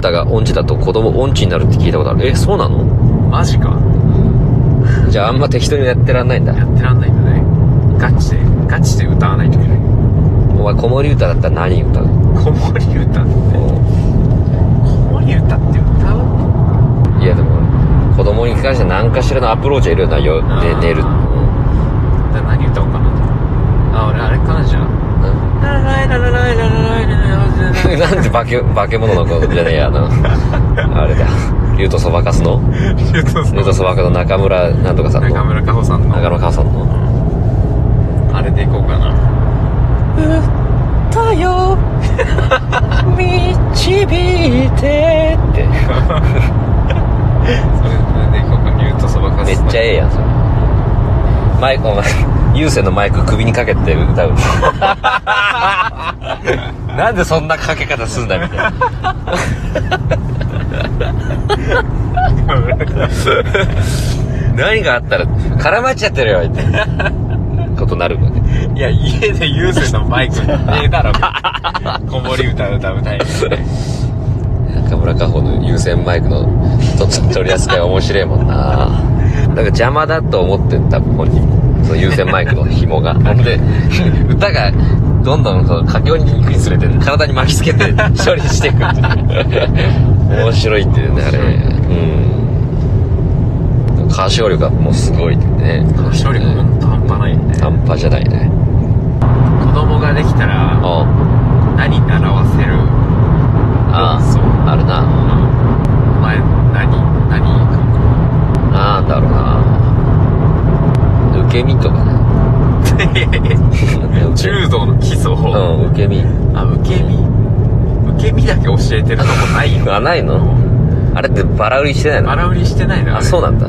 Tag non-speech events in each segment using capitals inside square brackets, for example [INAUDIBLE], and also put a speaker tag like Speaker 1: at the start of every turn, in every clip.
Speaker 1: タが音痴だと子供音痴になるって聞いたことある。え、そうなの
Speaker 2: マジか
Speaker 1: じゃああんま適当にやってらんないんだ
Speaker 2: や。ってらんないんだねガチでガチで歌わないといけない
Speaker 1: お前、子守歌だったら何歌う
Speaker 2: 子守歌って子守歌って歌う
Speaker 1: いや、でも、子供に関して何かしらのアプローチはいるよな、よ
Speaker 2: あ、
Speaker 1: で
Speaker 2: ー
Speaker 1: 寝る。
Speaker 2: だから何歌おうかなあ俺あれかなじゃあ
Speaker 1: う
Speaker 2: ララララララララララ
Speaker 1: んなんで化け、化け物の子じゃねえやな。あれだ。竜とそばかすの
Speaker 2: リュウトさん
Speaker 1: 竜とそばかすの中村なんとかさんの。
Speaker 2: 中
Speaker 1: 中
Speaker 2: 村佳穂さんの
Speaker 1: 村母さんの。
Speaker 2: あれでいこうかな
Speaker 1: 歌 [LAUGHS] よ導いてっ
Speaker 2: そ
Speaker 1: て
Speaker 2: れそれでいこうかリュウトそばかす
Speaker 1: めっちゃ
Speaker 2: え
Speaker 1: ええやんそれマイクお前 [LAUGHS] 有線のマイク首にかけて歌う [LAUGHS] なんでそんなかけ方すんだみたいな何があったら絡まっちゃってるよみたい [LAUGHS] なことなるもんね
Speaker 2: いや家で優先のマイクねえだろ子守歌歌うタイプ
Speaker 1: 中村佳穂の有線マイクのと取り扱いは面白いもんななんか邪魔だと思ってん多分本人もその有線マイクの紐がほんで歌がどんどんその駆け下りにくにつれて体に巻きつけて処理していくっていう面白いっていうねあれうん歌唱力がもうすごいってね
Speaker 2: 歌唱力ほんと半端ないんで
Speaker 1: 半端じゃないね
Speaker 2: 子供ができたら
Speaker 1: あ
Speaker 2: 何習わせる
Speaker 1: ああ
Speaker 2: そう
Speaker 1: ああるな
Speaker 2: お前何何
Speaker 1: なんだろうな受け身とか [LAUGHS] ね [LAUGHS]
Speaker 2: 柔道の基礎を、
Speaker 1: うん、受け身。
Speaker 2: あ受け身受け身だけ教えてるとこないよ
Speaker 1: [LAUGHS] あ、ないのあれってバラ売りしてないの
Speaker 2: 荒売りしてないな
Speaker 1: あそうなんだ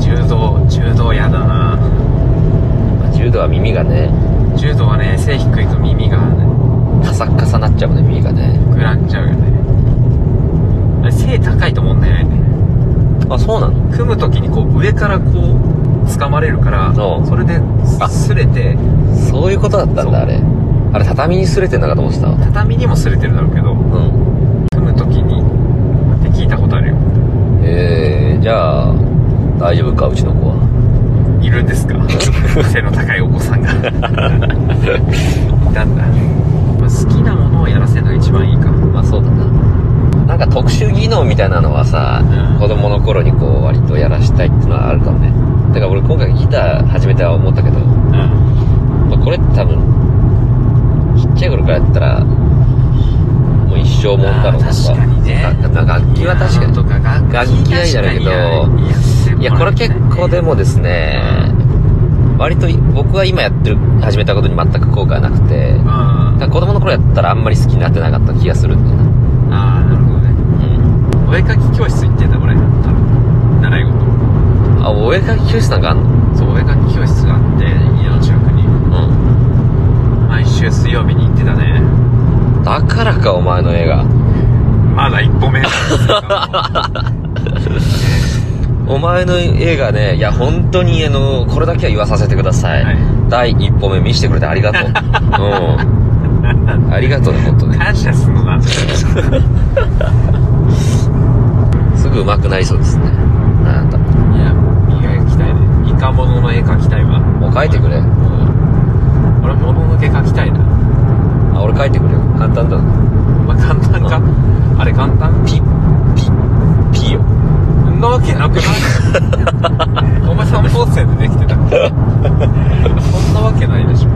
Speaker 2: 柔道柔道やだな
Speaker 1: 柔道は耳がね、
Speaker 2: 柔道はね背低いと耳がね
Speaker 1: カサッカサなっちゃうもんね、耳がね。
Speaker 2: 膨らんじゃうよねあれ背高いと問題ないね
Speaker 1: あ、そうなの
Speaker 2: 組む時にこう上からこう掴まれるから
Speaker 1: うん
Speaker 2: それで
Speaker 1: あ
Speaker 2: 擦れて
Speaker 1: そういうことだったん
Speaker 2: そう
Speaker 1: だ、あれ。あれ、畳に擦れてんのかと思ってたわ。
Speaker 2: 畳にも擦れてるだろうけど
Speaker 1: うん。
Speaker 2: 組む時にって聞いたことあるよ
Speaker 1: えー、じゃあ、大丈夫か、うちの子は。
Speaker 2: いるんですか背の高いお子さんがいたんだ、まあ、好きなものをやらせるのが一番いいか
Speaker 1: まあ、そうだな。なんか特殊技能みたいなのはさ、
Speaker 2: うん
Speaker 1: 子供の頃にこう、割とやらしたいっていうのはあるかもね。だから俺今回ギター始めては思ったけど、
Speaker 2: うん
Speaker 1: まあこれって多分ちっちゃい頃からやったらもう一生もんだろうな
Speaker 2: あー確かにね
Speaker 1: ななんか楽器は確かに
Speaker 2: とか楽
Speaker 1: 楽器はやるけどいやこれ結構でもですね割と僕は今やってる始めたことに全く後悔はなくて
Speaker 2: うんあ
Speaker 1: だから子供の頃やったらあんまり好きになってなかった気がするんだよな
Speaker 2: ーなるほどねお絵かき教室行ってた俺多分習い事
Speaker 1: うんあお絵かき教室なんかあんの
Speaker 2: そうお絵かき教室があって家の近くに
Speaker 1: う
Speaker 2: 毎週水曜日に行ってたね
Speaker 1: んだからかお前の絵が
Speaker 2: まだ一歩目なんですけ
Speaker 1: お前の絵がねいや本当にあのこれだけは言わさせてください、
Speaker 2: はい
Speaker 1: 第一歩目見せてくれてありがとううんありがとうね本当
Speaker 2: ど
Speaker 1: ね
Speaker 2: 感謝すんのな
Speaker 1: すぐ上手くなりそうですねなんだ
Speaker 2: いや、磨きたいね。イカモノの絵描きたいわ。
Speaker 1: もう描いてくれ
Speaker 2: うん俺、もののけ描きたいな。
Speaker 1: あ俺描いてくれよ簡単だな
Speaker 2: まあ、簡単か。あれ、簡単ピッ、ピッ、ピーよ。んなわけなくないお前3本線でできてたっけそんなわけないでしょ。